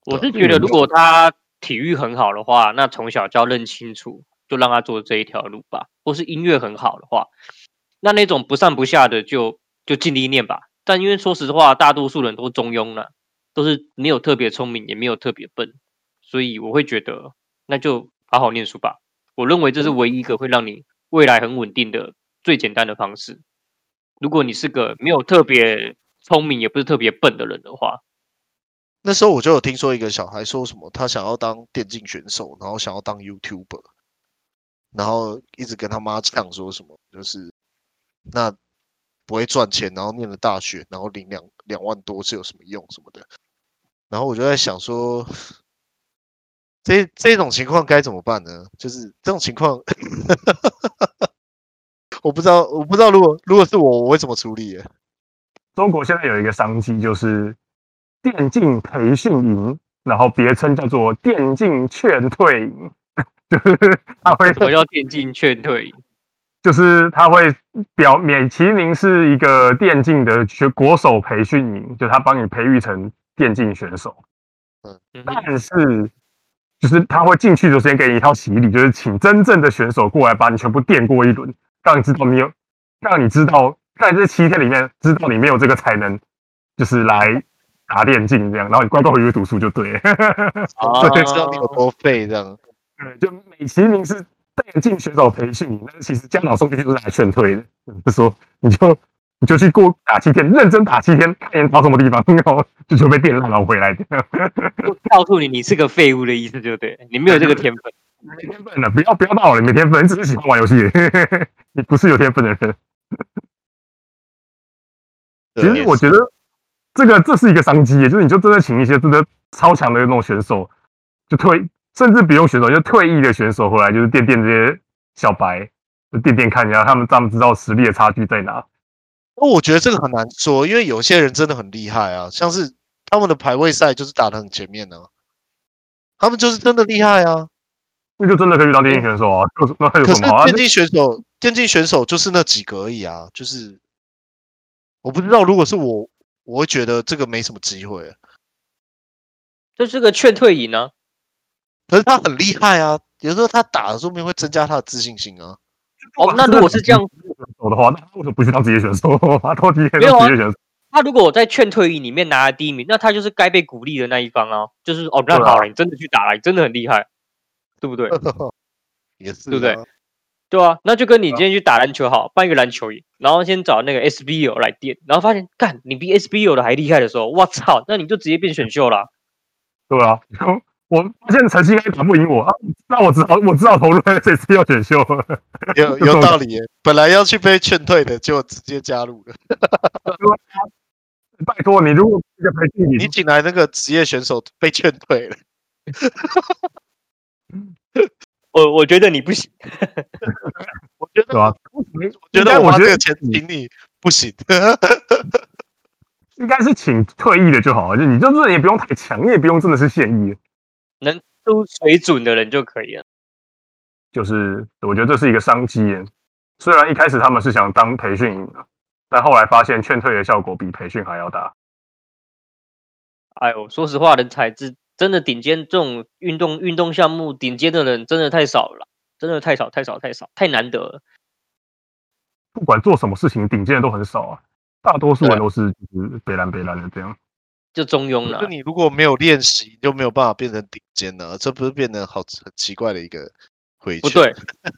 C: 我是
B: 对啊
C: 觉得，如果他体育很好的话，那从小就要认清楚，就让他做这一条路吧。或是音乐很好的话，那那种不上不下的就就尽力念吧。但因为说实话，大多数人都中庸了、都是没有特别聪明，也没有特别笨，所以我会觉得那就好好念书吧。我认为
B: 嗯
C: 这是唯一一个会让你未来很稳定的最简单的方式。如果你是个没有特别聪明，也不是特别笨的人的话，
A: 那时候我就有听说一个小孩说什么，他想要当电竞选手，然后想要当 YouTuber，然后一直跟他妈呛说什么，就是那不会赚钱，然后念了大学，然后领两两万多是有什么用什么的。然后我就在想说，这这种情况该怎么办呢？就是这种情况，我不知道，我不知道如果如果是我，我会怎么处理耶？
B: 中国现在有一个商机，就是电竞培训营，然后别称叫做电竞劝退营， [laughs] 就是他会
C: 什么
B: [laughs]
C: 叫电竞劝退营？
B: 就是他会表美其名是一个电竞的学国手培训营，就他帮你培育成电竞选手。
C: 嗯哼
B: 但是就是他会进去的时间给你一套洗礼，就是请真正的选手过来把你全部电过一轮，让你知道你有，让你知道在这七天里面知道你没有这个才能，就是来打电竞这样，然后你乖乖回去读书就对了。 [laughs] 啊
A: 我就知道你有多废这样。
B: 对，就美其名是电竞选手培训你，但是其实家长送进去就是来劝退的，就是说你就你就去过打七天，认真打七天，看你打什么地方，然后就就被电烂了回来的。
C: 就告诉你你是个废物的意思，就对了，你没有这个天分。
B: 没天分的，不要不要闹了，你没天分，你只是喜欢玩游戏， [laughs] 你不是有天分的人。其
A: 对
B: 实我觉得这个这是一个商机耶，就是你就真的请一些真的超强的那种选手，就退，甚至不用选手，就退役的选手回来，就是垫垫这些小白，就垫垫看一下他们，他们知道实力的差距在哪。
A: 那我觉得这个很难说，因为有些人真的很厉害啊，像是他们的排位赛就是打得很前面呢、啊他们就是真的厉害啊。
B: 那就真的可以去当电竞选手啊，就是那还有
A: 可
B: 什
A: 是
B: 么好啊？
A: 电竞选手，电竞选手就是那几个而已啊，就是我不知道，如果是我，我会觉得这个没什么机会。啊
C: 这是个劝退营啊，
A: 可是他很厉害啊，有时候他打的说不定会增加他的自信心啊。
C: 哦那如果是这样
B: 走的话，那他为什么不去当职业选手？ [laughs] 他到底
C: 没有啊
B: 当职业选手？
C: 他如果我在劝退营里面拿了第一名，那他就是该被鼓励的那一方啊，就是哦，那
B: 对啊
C: 好了，你真的去打了，你真的很厉害，对不对？
A: 也是、啊，
C: 对不对？对啊，那就跟你今天去打篮球好，办一个篮球营，然后先找那个 SBO 来垫，然后发现干你比 SBO 的还厉害的时候，我操，那你就直接变选秀啦、
B: 对啊， [laughs] 我发现陈曦该打不赢我啊，那我只好我只好投入 SC 要选秀了。
A: 有有道理耶。本来要去被劝退的，结果直接加入了。
B: 拜托你，如果这个培训
A: 你
B: 你
A: 请来那个职业选手被劝退了，
C: 我我觉得你不行，
A: 我觉
B: 对
A: 得，
B: 吧、
A: 我觉
B: 应该
A: 得我
B: 我
A: 花
B: 觉
A: 这
B: 得
A: 个钱请
C: 嗯
A: 你不行。
B: 应该是请退役的就好了，就你就是也不用太强，你也不用真的是现役，
C: 出水准的人就可以了。
B: 就是我觉得这是一个商机耶。虽然一开始他们是想当培训营的，但后来发现劝退的效果比培训还要大。
C: 哎呦，说实话，人才是真的顶尖这种运动运动项目顶尖的人真的太少了啦，真的太少太少太少，太难得了。
B: 不管做什么事情，顶尖的都很少啊，大多数人都是就是北蓝北蓝的这样。
C: 就中庸
A: 就
C: 了，
A: 你如果没有练习，你就没有办法变成顶尖的、这不是变得好很奇怪的一个回
C: 不
A: 圈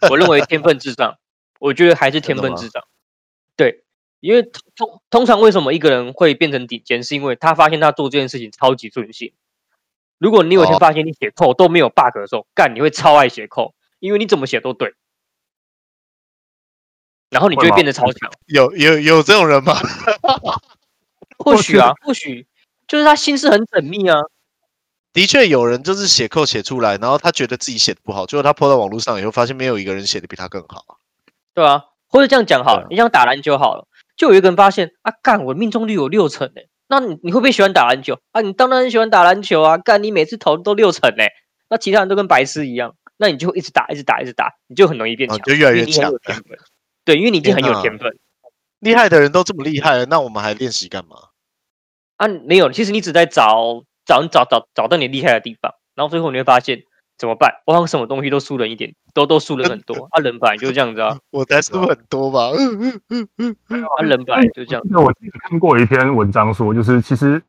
C: 对，我认为天分至上，我觉得还是天
A: 的
C: 分
A: 吗
C: 至上。对，因为通通通常为什么一个人会变成顶尖，是因为他发现他做这件事情超级顺心。如果你有一天
A: 哦
C: 发现你写扣都没有 bug 的时候，干你会超爱写扣，因为你怎么写都对，然后你就
B: 会
C: 会
B: 吗
C: 变得超强。
A: 有有有这种人吗？ [laughs]
C: 或许啊，或许就是他心思很缜密啊。
A: 的确有人就是写扣写出来，然后他觉得自己写的不好，结果他抛到网络上以后，发现没有一个人写的比他更好。
C: 对啊，或者这样讲好
A: 对啊
C: 了，你想打篮球好了，就有一个人发现啊，干我命中率有六成呢、那你你会不会喜欢打篮球啊？你当然喜欢打篮球啊，干你每次投都六成呢、欸那其他人都跟白痴一样，那你就会一直打，一直打，一直打，你就很容易变
A: 啊
C: 强，
A: 就越来
C: 因为
A: 越
C: 你很
A: 强嗯
C: 有天分。对，因为你已经很
A: 天
C: 有
A: 哪
C: 天分
A: 厉害的人都这么厉害了，那我们还练习干嘛？
C: 啊，没有，其实你只在找找找找找到你厉害的地方，然后最后你会发现怎么办？我好像什么东西都输人一点，都都输人很多
A: [laughs]
C: 啊，人本来就这样子啊，
A: 我才输很多吧。
C: 啊，人本来就这样。
B: 那我记得看过一篇文章说，就是其实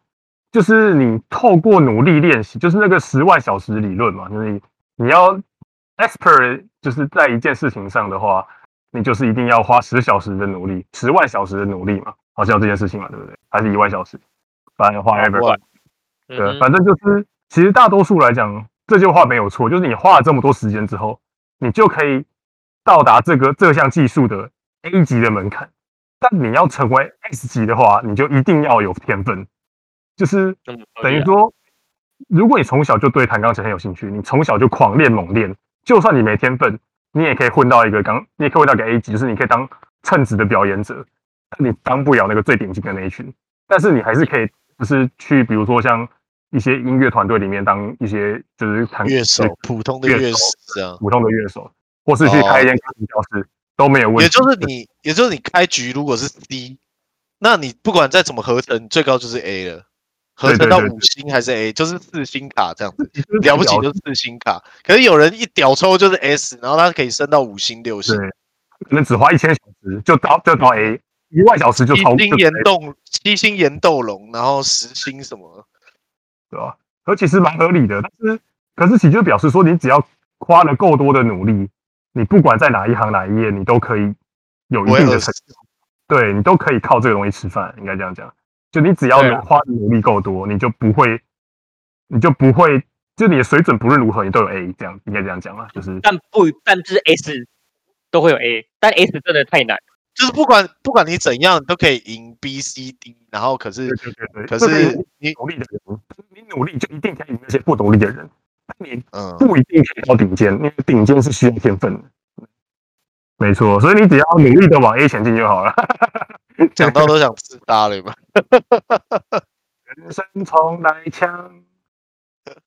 B: 就是你透过努力练习，就是那个十万小时理论嘛，就是你你要 expert，就是在一件事情上的话，你就是一定要花十小时的努力，十万小时的努力嘛，好像有这件事情嘛，对不对？还是一万小时，反正
C: 哎
B: whatever，
A: 哇
C: 嗯
B: 对，啊
C: 哼
B: 反正就是，其实大多数来讲，这句话没有错，就是你花了这么多时间之后，你就可以到达这个这项技术的 A 级的门槛。但你要成为 S 级的话，你就一定要有天分，就是
C: 嗯合
B: 等
C: 理
B: 于
C: 啊
B: 说，如果你从小就对弹钢琴很有兴趣，你从小就狂练猛练，就算你没天分，你也可以混到一个钢，你也可以混到一个 A 级，就是你可以当称职的表演者，但你当不了那个最顶尖的那一群，但是你还是可以，就是去比如说像一些音乐团队里面当一些就是弹
A: 乐
C: [laughs]
A: 手，普通的
B: 乐
A: 乐
B: 手
A: 手这样。
B: 普通的乐手，或是去开一间钢琴教室都没有问题。
A: 哦也就是你，也就是你开局如果是 C，那你不管再怎么合成，最高就是 A 了。合
B: 对
A: 成
B: 对
A: 到
B: 对
A: 五星还是 A，就是四星卡这样子，
B: 就是
A: 了不起就是四星卡。可是有人一屌抽就是 S，然后他可以升到五星、六星
B: 对，可能只花一千小时就到就到 A，一万小时就
A: 七
B: 超
A: 星
B: 就
A: 岩洞、七星岩斗龙，然后十星什
B: 哦
A: 么？
B: 对吧？而其实蛮合理的，但是可是其实就表示说，你只要花了够多的努力，你不管在哪一行哪一业，你都可以有一
A: 不会
B: 定
A: 饿
B: 的
A: 死
B: 成，对你都可以靠这个东西吃饭，应该这样讲。就你只要
C: 对啊
B: 花的努力够多，你就不会，你就不会，就你的水准不论如何，你都有 A，这样应该这样讲啊，就是
C: 但不但就是 S 都会有 A，但 S 真的太难。
A: 就是不管不管你怎样，你都可以赢 B、C、D，然后可是
B: 对对对对。
A: 可
B: 这个
A: 是
B: 你
A: 你
B: 努力的人，你努力就一定可以赢那些不努力的人，但你
A: 嗯，
B: 不一定可以到顶尖，因为顶尖是需要天分的。没错，所以你只要努力的往 A 前进就好了。
A: 讲到都想自杀了嘛。
B: 人生重来枪，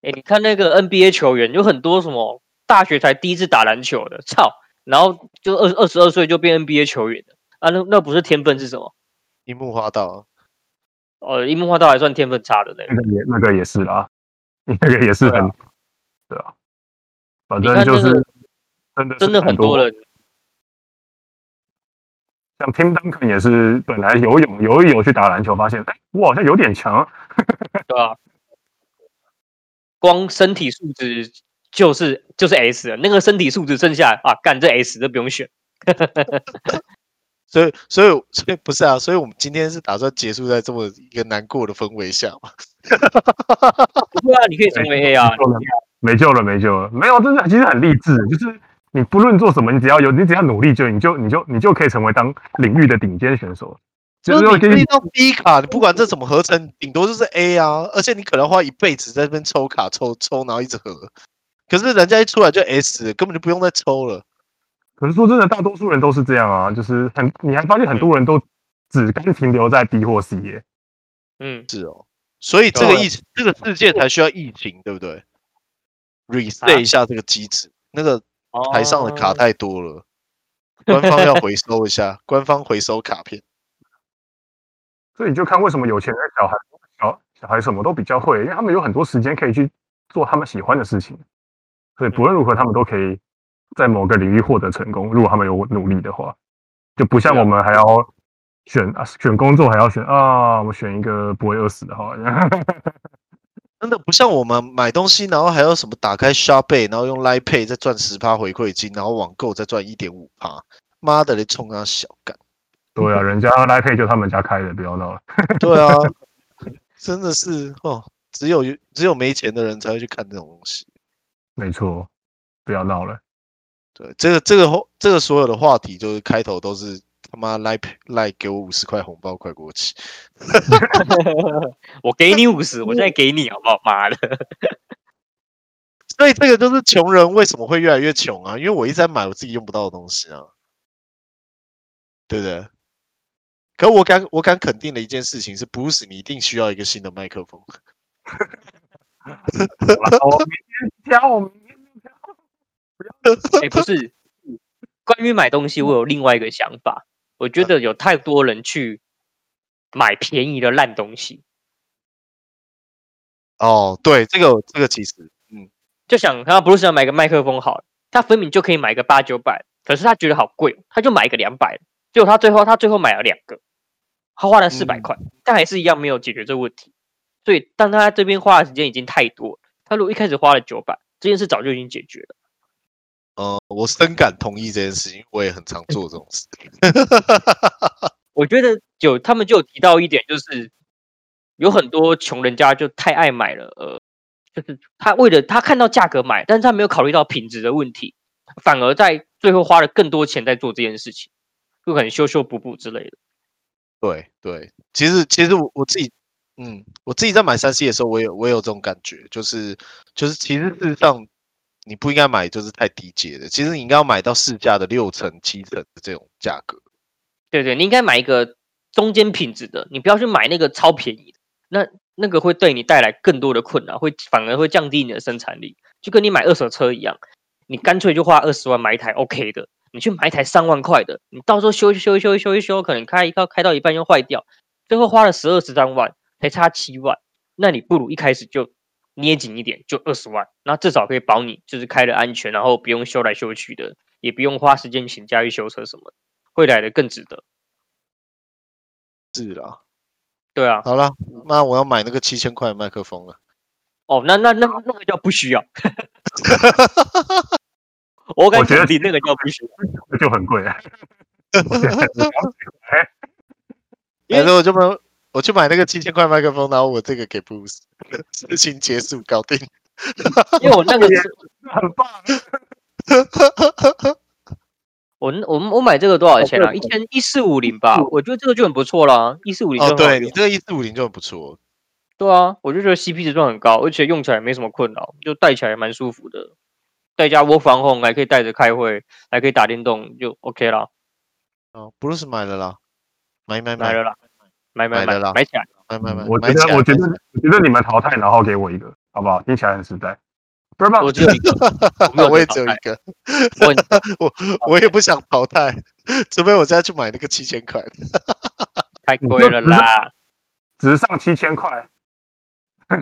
C: 哎、你看那个 NBA 球员，有很多什么大学才第一次打篮球的，操，然后就二二十二岁就变 NBA 球员了啊，那那不是天分是什么？
A: 樱木花道，
C: 呃，樱木花道还算天分差的呢。
B: 那个也那个也是啦，那个也是很，对啊，反正就是真的
C: 真的很多
B: 人，
C: 人，
B: 像 Tim Duncan 也是本来游泳游一游去打篮球，发现哎、我好像
C: 啊
B: 有点强，
C: 对吧、光身体素质就是就是 S 了那个身体素质剩下来啊，干这 S 这不用选。
A: 所以所以所以不是啊，所以我们今天是打算结束在这么一个难过的氛围下嘛？
C: 不会啊，你可以成为 A 啊
B: 没，救了没救了，没救了，没有，真的其实很励志，就是你不论做什么，你只要有，你只要努力就，你就你就你就可以成为当领域的顶尖选手。
A: 就
B: [laughs] 就是是
A: 你
B: 我
A: 可
B: 建
A: 以
B: 议，
A: 到 B 卡，你不管这怎么合成，顶多就是 A 啊，而且你可能花一辈子在这边抽卡抽抽，然后一直合。可是人家一出来就 S，根本就不用再抽了。
B: 可是说真的，大多数人都是这样啊，就是很，你还发现很多人都只甘停留在 B 或 C 耶。
C: 嗯，
A: 是哦，所以这个
C: 对
A: 疫情，这个世界才需要疫情，对不对？reset 一下这个机制，那个台上的卡
C: 哦
A: 太多了，官方要回收一下，官方回收卡片。
B: 所以你就看为什么有钱人小孩小小孩什么都比较会，因为他们有很多时间可以去做他们喜欢的事情。所以不论如何，他们都可以在某个领域获得成功。如果他们有努力的话，就不像
C: 对啊
B: 我们还要选啊选工作还要选啊，我选一个不会饿死的好了。
A: 真的不像我们买东西，然后还要什么打开 Shopee，然后用 Line Pay 再赚十趴回馈金，然后网购再赚一点五趴。妈的嘞，冲啊小干！
B: [laughs] 对啊，人家来配就他们家开的，不要闹了。
A: 对啊， [laughs] 真的是哦，只有只有没钱的人才会去看这种东西。
B: 没错，不要闹了。
A: 对，这个这个后这个所有的话题，就是开头都是他妈 Line Pay- Line 给我五十块红包，快过期。
C: 我给你五十，我现在给你好不好？妈的，
A: 所以这个就是穷人为什么会越来越穷啊？因为我一直在买我自己用不到的东西啊，对不对？可我敢我敢肯定的一件事情是，Bruce 你一定需要一个新的麦克风。
B: 然后明天教我明天
C: [laughs] 哎、不是，关于买东西，我有另外一个想法，我觉得有太多人去买便宜的烂东西，
A: 哦，对，这个这个其实，嗯，
C: 就想他不是想买个麦克风好了，他分明就可以买个八九百，可是他觉得好贵哦，他就买一个两百，结果他最后他最后买了两个，他花了四百
A: 嗯
C: 块，但还是一样没有解决这个问题。所以，当他这边花的时间已经太多了，他如果一开始花了九百，这件事早就已经解决了。
A: 呃，我深感同意这件事情，因为我也很常做这种事。
C: 我觉得有他们就有提到一点，就是有很多穷人家就太爱买了，呃，就是他为了他看到价格买，但是他没有考虑到品质的问题，反而在最后花了更多钱在做这件事情，就很修修补补之类的。
A: 对对，其实其实我我自己，嗯，我自己在买三 C 的时候，我有我有这种感觉，就是就是其实事实上你不应该买就是太低阶的，其实你应该要买到市价的六成七成的这种价格。
C: 对对，你应该买一个中间品质的，你不要去买那个超便宜的，那那个会对你带来更多的困扰，会反而会降低你的生产力，就跟你买二手车一样，你干脆就花二十万买一台 OK 的，你去买一台三万块的，你到时候修一修一修一修一修，可能开一到开到一半又坏掉，最后花了十二十三万，才差七万，那你不如一开始就。捏紧一点，就二十万，那至少可以保你就是开的安全，然后不用修来修去的，也不用花时间请家去修车什么的，会来的更值得。
A: 是啦，
C: 对啊，
A: 好了，那我要买那个七千块的麦克风了。
C: 哦，那那那那个叫不需要。 [laughs] 我敢
B: 我觉得
C: 肯定那个叫不需要，
B: 这就很 [laughs] 贵。啊
A: 反哎正我就买，我去买那个七千块麦克风，然后我这个给 Bruce，事 [laughs] 情结束，搞定。
C: 因为我那个
B: 觉得
C: 是
B: 很棒，
C: 我那我们我买这个多少钱
B: 这
A: 哦
C: 啊？一千一四五零吧，我觉得这个就很不错啦，一四五零就
A: 哦，
C: 很好
A: 对你
C: 用
A: 这个一四五零就很不错。
C: 对啊，我就觉得 CP 值算很高，而且用起来没什么困扰，就带起来蛮舒服的，在家 work from home 还可以带着开会，还可以打电动，就 OK 啦，
A: 哦，Bruce 买了啦，买买
C: 买
A: 买
C: 了啦，买买
A: 买
C: 买
A: 了啦
C: 买起来，
A: 买买买，
B: 我
A: 买
B: 觉
A: 起来
B: 得，我觉
A: 买
B: 得，我觉得你们淘汰，然后给我一个，好不好？听起来很实在。不是吧？
C: 我只有
A: [laughs]
C: 一个，我没有
A: 我也
C: 淘
A: 只有一
C: 汰
A: 个，
C: 我很
A: [laughs] 我也不想淘汰，除非我现在去买那个七千块的。
C: 太
B: 你
C: 贵
B: 就
C: 了
B: 不是
A: [laughs]
C: 啦，
B: 只上七千块，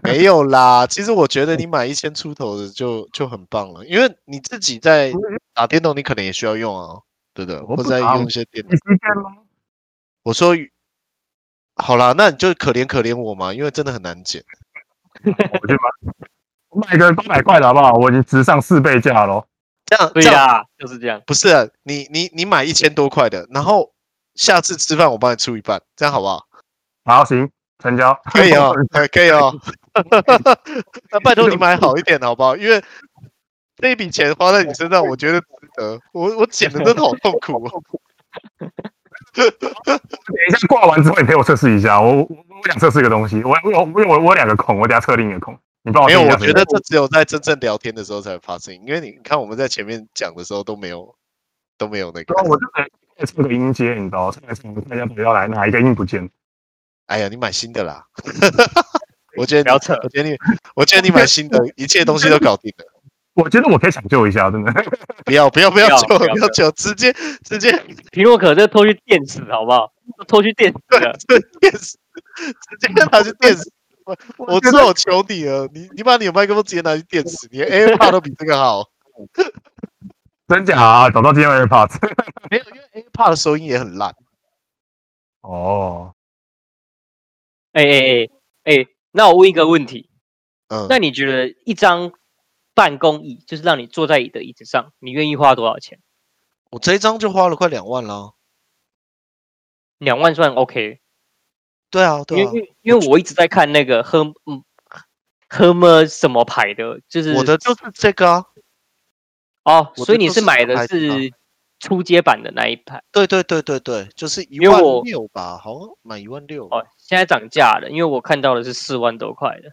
A: 没有啦，其实我觉得你买一千出头的就就很棒了，因为你自己在打电动，你可能也需要用啊，对不对？
B: 我
A: 或
B: 不
A: 者在
B: 打
A: 用一些电脑
B: 你。推荐吗？
A: 我说，好啦，那你就可怜可怜我嘛，因为真的很难剪。
B: 我去买，卖个八百块的好不好？我已经直上四倍价喽。
A: 这样
C: 对
A: 这样
C: 啦，就是这样。
A: 不是啊你你你买一千多块的，然后下次吃饭我帮你出一半，这样好不好？
B: 好，行，成交。
A: 可以 [laughs] 哦，呃可以哦。那拜托你买好一点好不好？因为这一笔钱花在你身上，我觉得值得。我我剪的真的好痛苦、哦。
B: 等一下挂完之后，你陪我测试一下，我我我想测试一个东西，我我我我我有两个孔，我等一下测另一个孔，你帮我
A: [laughs] 没有，
B: 测一
A: 我
B: 下
A: 觉得这只有在真正聊天的时候才会发生，因为你看我们在前面讲的时候都没有都没有那个
B: 然。后我就可能测个音阶，你知道，测来测去，大家不要来哪一个音不见，
A: 哎呀，你买新的啦。 [laughs] 我觉得
C: 不
A: 你
C: 要扯，
A: 我觉得你，我觉得你买新 [laughs] 的，一切东西都搞定了。
B: 我觉得我可以抢救一下，真的。
A: 不要不要不要
C: 不要
A: 求
C: 不要
A: 不要求，直接直接
C: 皮诺可这拖去电死好不好？拖去电啊死了，
A: 对电死，直接拿去电死。我我知道我求你了，你你把你的麦克风直接拿去电死，你的 AirPod 都比这个好。
B: [laughs] 真假啊？找到今天的 AirPods
A: [laughs] 没有，因为 AirPod 的收音也很烂。
B: 哦，
C: 哎哎哎哎，那我问一个问题，
A: 嗯，
C: 那你觉得一张办公椅，就是让你坐在你的椅子上，你愿意花多少钱？
A: 我这一张就花了快两万了。
C: 两万算 OK，
A: 对啊，
C: 因
A: 对
C: 为、
A: 啊，
C: 因为因为我一直在看那个喝嗯喝么什么牌的，就是
A: 我的就是这个啊。
C: 哦，
A: 我的
C: 所以你
A: 就是
C: 买
A: 是
C: 的
A: 牌子啊
C: 是初阶版的那一台
A: 对对对对对，就是一
C: 因为
A: 万
C: 我
A: 六吧，好像满一万六。
C: 哦，现在涨价了，因为我看到的是四万多块的。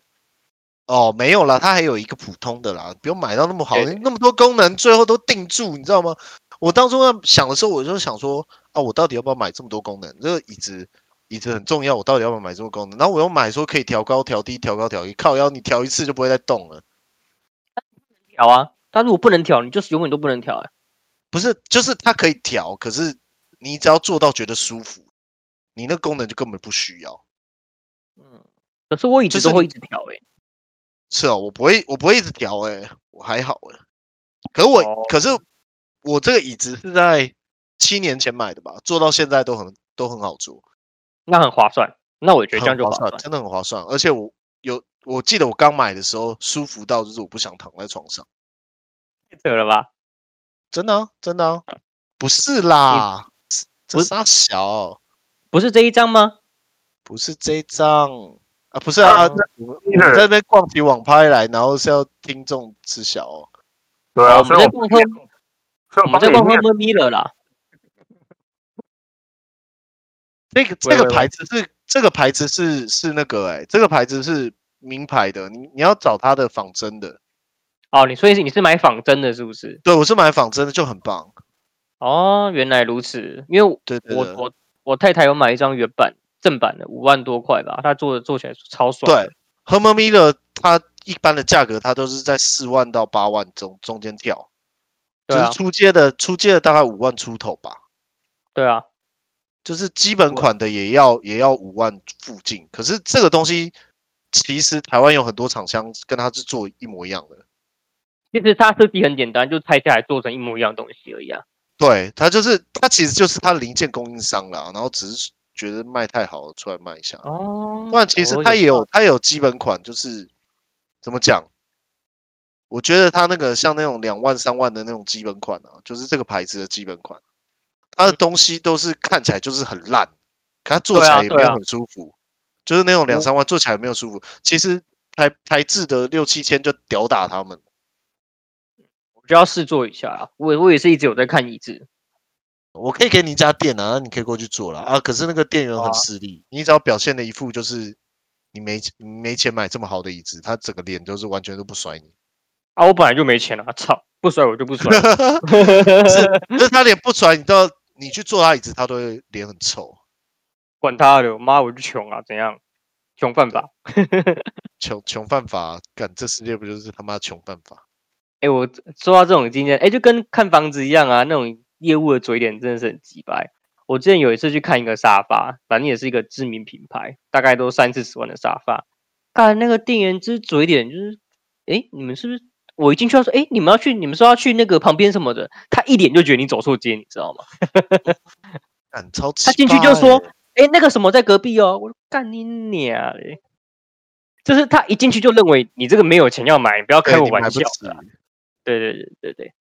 A: 哦，没有啦，它还有一个普通的啦，不用买到那么好，
C: 对对
A: 那么多功能，最后都定住，你知道吗？我当初要想的时候，我就想说，啊，我到底要不要买这么多功能？这个椅子，椅子很重要，我到底要不要买这么多功能？然后我又买说可以调高、调低、调高、调低，靠腰你调一次就不会再动了。
C: 调啊，但如果不能调，你就是永远都不能调、啊。
A: 不是，就是它可以调，可是你只要做到觉得舒服，你那功能就根本不需要。
C: 嗯，可是我椅
A: 就
C: 子
A: 是
C: 都会一直调诶、哎
A: 是哦，我不会，我不会一直调哎、我还好哎、可我、
C: 哦
A: 可是我这个椅子是在七年前买的吧，做到现在都很都很好做，
C: 那很划算。那我觉得这样
A: 很
C: 就
A: 划
C: 划算。
A: 真的很划算。而且我有，我记得我刚买的时候舒服到就是我不想躺在床上，
C: 对了吧？
A: 真的啊、真的、啊，不是啦，这
C: 不
A: 傻小，
C: 不是这一张吗？
A: 不是这一张啊，不是啊，
C: 啊
A: 啊我你在那边逛起网拍来，然后是要听众知晓哦。
B: 对
C: 哦
B: 啊，
C: 我们
B: 所以
C: 在
B: 我
C: 逛喝，
B: 所以
C: 我
B: 我
C: 们
B: 帮
C: 在
B: 你
C: 逛喝
B: 念，
C: 么咪了啦。
A: 这个这
B: 喂
A: 个
B: 喂喂
A: 牌子是这个牌子是是那个哎、这个牌子是名牌的，你你要找它的仿真的。
C: 哦，你所以是你是买仿真的，是不是？
A: 对，我是买仿真的，就很棒。
C: 哦，原来如此。因为我
A: 对对
C: 我
A: 对
C: 我我太太有买一张原版正版的，五万多块吧，她做的做起来超爽。
A: 对，，Herman Miller 它一般的价格它都是在四万到八万中中间跳，
C: 对啊
A: 只是出街的出街的大概五万出头吧，
C: 对啊，
A: 就是基本
C: 我
A: 款的也要也要五万附近。可是这个东西其实台湾有很多厂商跟它是做一模一样的。
C: 其实它设计很简单，就拆下来做成一模一样的东西而已啊。
A: 对，它就是它其实就是它的零件供应商啦，然后只是觉得卖太好了，出来卖一下。
C: 哦，
A: 不然其实
C: 哦
A: 它也有
C: 道
A: 它也有基本款，就是怎么讲？我觉得它那个像那种两万三万的那种基本款啊，就是这个牌子的基本款，它的东西都是看起来就是很烂，可它做
C: 嗯对
A: 起
C: 啊
A: 来也没
C: 对
A: 有
C: 啊
A: 很舒服，就是那种两
C: 我
A: 三万做起来没有舒服。其实台台制的六七千就屌打他们。
C: 我就要试做一下啊。我我也是一直有在看椅子，
A: 我可以给你一家店啊，那你可以过去做了啊。可是那个店员
C: 好啊
A: 很势利，你只要表现的一副就是你没你没钱买这么好的椅子，他整个脸就是完全都不甩
C: [laughs]
A: 你，
C: 啊，我本来就没钱啊，操，不甩我就不甩。
A: 就是他脸不甩你到你去坐他椅子，他都会脸很臭，
C: 管他的，妈我就穷啊，怎样？穷犯法。
A: 穷穷犯法，干这世界不就是他妈穷犯法？
C: 哎、我说到这种经验，哎、就跟看房子一样啊，那种业务的嘴脸真的是很鸡掰。我之前有一次去看一个沙发，反正也是一个知名品牌，大概都三四十万的沙发。看那个店员之嘴脸，就是，哎、你们是不是？我一进去他说，哎、你们要去，你们说要去那个旁边什么的，他一脸就觉得你走错街，你知道吗？
A: 干超欸
C: 他进去就说哎、那个什么在隔壁哦，我说干你娘嘞！就是他一进去就认为你这个没有钱要哎买，你不要开
A: 对
C: 我
A: 你买
C: 玩
A: 不
C: 笑。
A: 起
C: 对对对对对。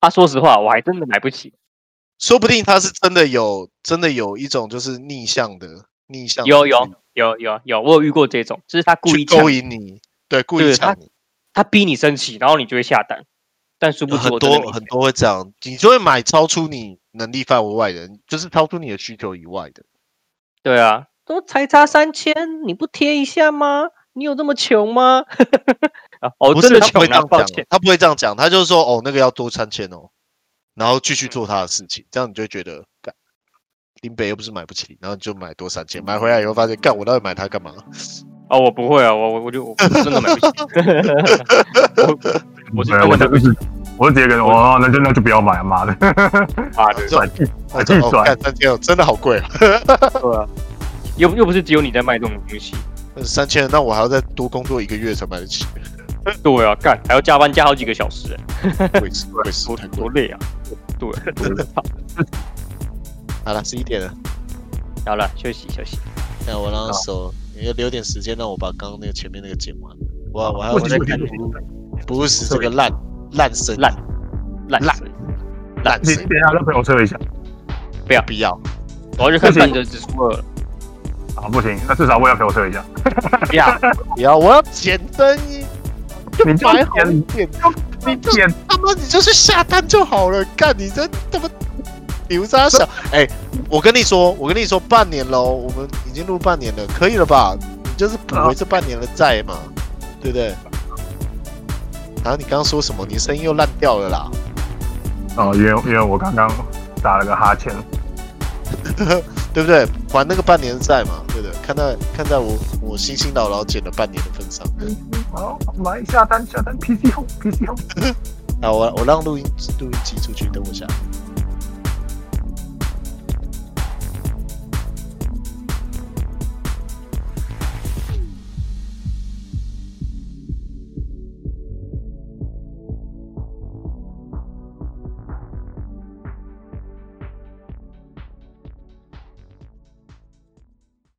C: 啊，说实话，我还真的买不起。
A: 说不定他是真的有，真的有一种就是逆向的逆向的
C: 有
A: 去
C: 有有有有，我有遇过这种，就是他故
A: 去
C: 意呛
A: 勾引你，对，故意
C: 对
A: 抢
C: 他
A: 你，
C: 他逼你生气，然后你就会下单。但殊不知
A: 很
C: 我真的没
A: 多很多会这样，你就会买超出你能力范围外的，就是超出你的需求以外的。
C: 对啊，都才差三千，你不贴一下吗？你有这么穷吗？ [laughs] 啊，哦，
A: 不
C: 真
A: 是
C: 的
A: 他不
C: 穷
A: 会这
C: 啊，
A: 样
C: 抱
A: 讲
C: 歉
A: 的，。他不会这样讲，他就是说哦，那个要多三千哦，然后继
C: 嗯
A: 续做他的事情，这样你就会觉得干。林北又不是买不起，然后你就买多三千，买回来以后发现，干我到底买它干嘛？
C: 哦，我不会啊，我我我就我我真的买不起。 [laughs] 我我是
B: 对我
C: 真的买
B: 就
C: 不起
B: 是我就直接跟你说哦，那就那就不要买，妈的，
C: 啊，
B: [laughs]
C: 对
A: 就
B: 买地买
A: 就
B: 地
A: 哦，
B: 转
A: 干三千哦，真的好贵啊！
C: 对啊，又又不是只有你在卖这种东西。
A: 三千，那我还要再多工作一个月才买得
C: [laughs]
A: 起，
C: 对啊，干还要加班加好几个小时、欸，
A: 贵死贵死
C: 多
A: 太贵
C: 多
A: 了。
C: 累啊！对，多累啊
A: 好了，十一点了，
C: 好了，休息休息。
A: 那我让手，你要留点时间让我把刚刚那个前面那个剪完。我呃我还
B: 不
A: 我
B: 行
A: 在
B: 不
A: 看
B: 行不
A: 不是这个烂烂声
C: 烂烂
A: 烂
C: 死
A: 烂
B: 你
A: 声
B: 等，一下跟朋友测一下
A: 不要。
C: 我要去看
B: 不行
C: 《半泽直树二》了。 [laughs]
B: 啊，不行，那至少我也要陪我测一下。
C: 呀，
A: 不要，我要剪灯，你
B: 你就
A: 买好一
B: 点
A: 点，
B: 你点
A: 他妈你就是下单就好了，干你这他妈牛渣小！哎、我跟你说，我跟你说，半年喽，我们已经录半年了，可以了吧？你就是补回这半年的债嘛，对不对？然后你刚刚说什么？你声音又烂掉了啦！
B: 哦，因为因为我刚刚打了个哈欠，
A: 对不对？还那个半年债嘛，对不对？看在看在我我辛辛劳劳捡了半年的份上，
B: 好来下单下单 PC Home PC Home。
A: 那我我让录音录音机出去，等我下。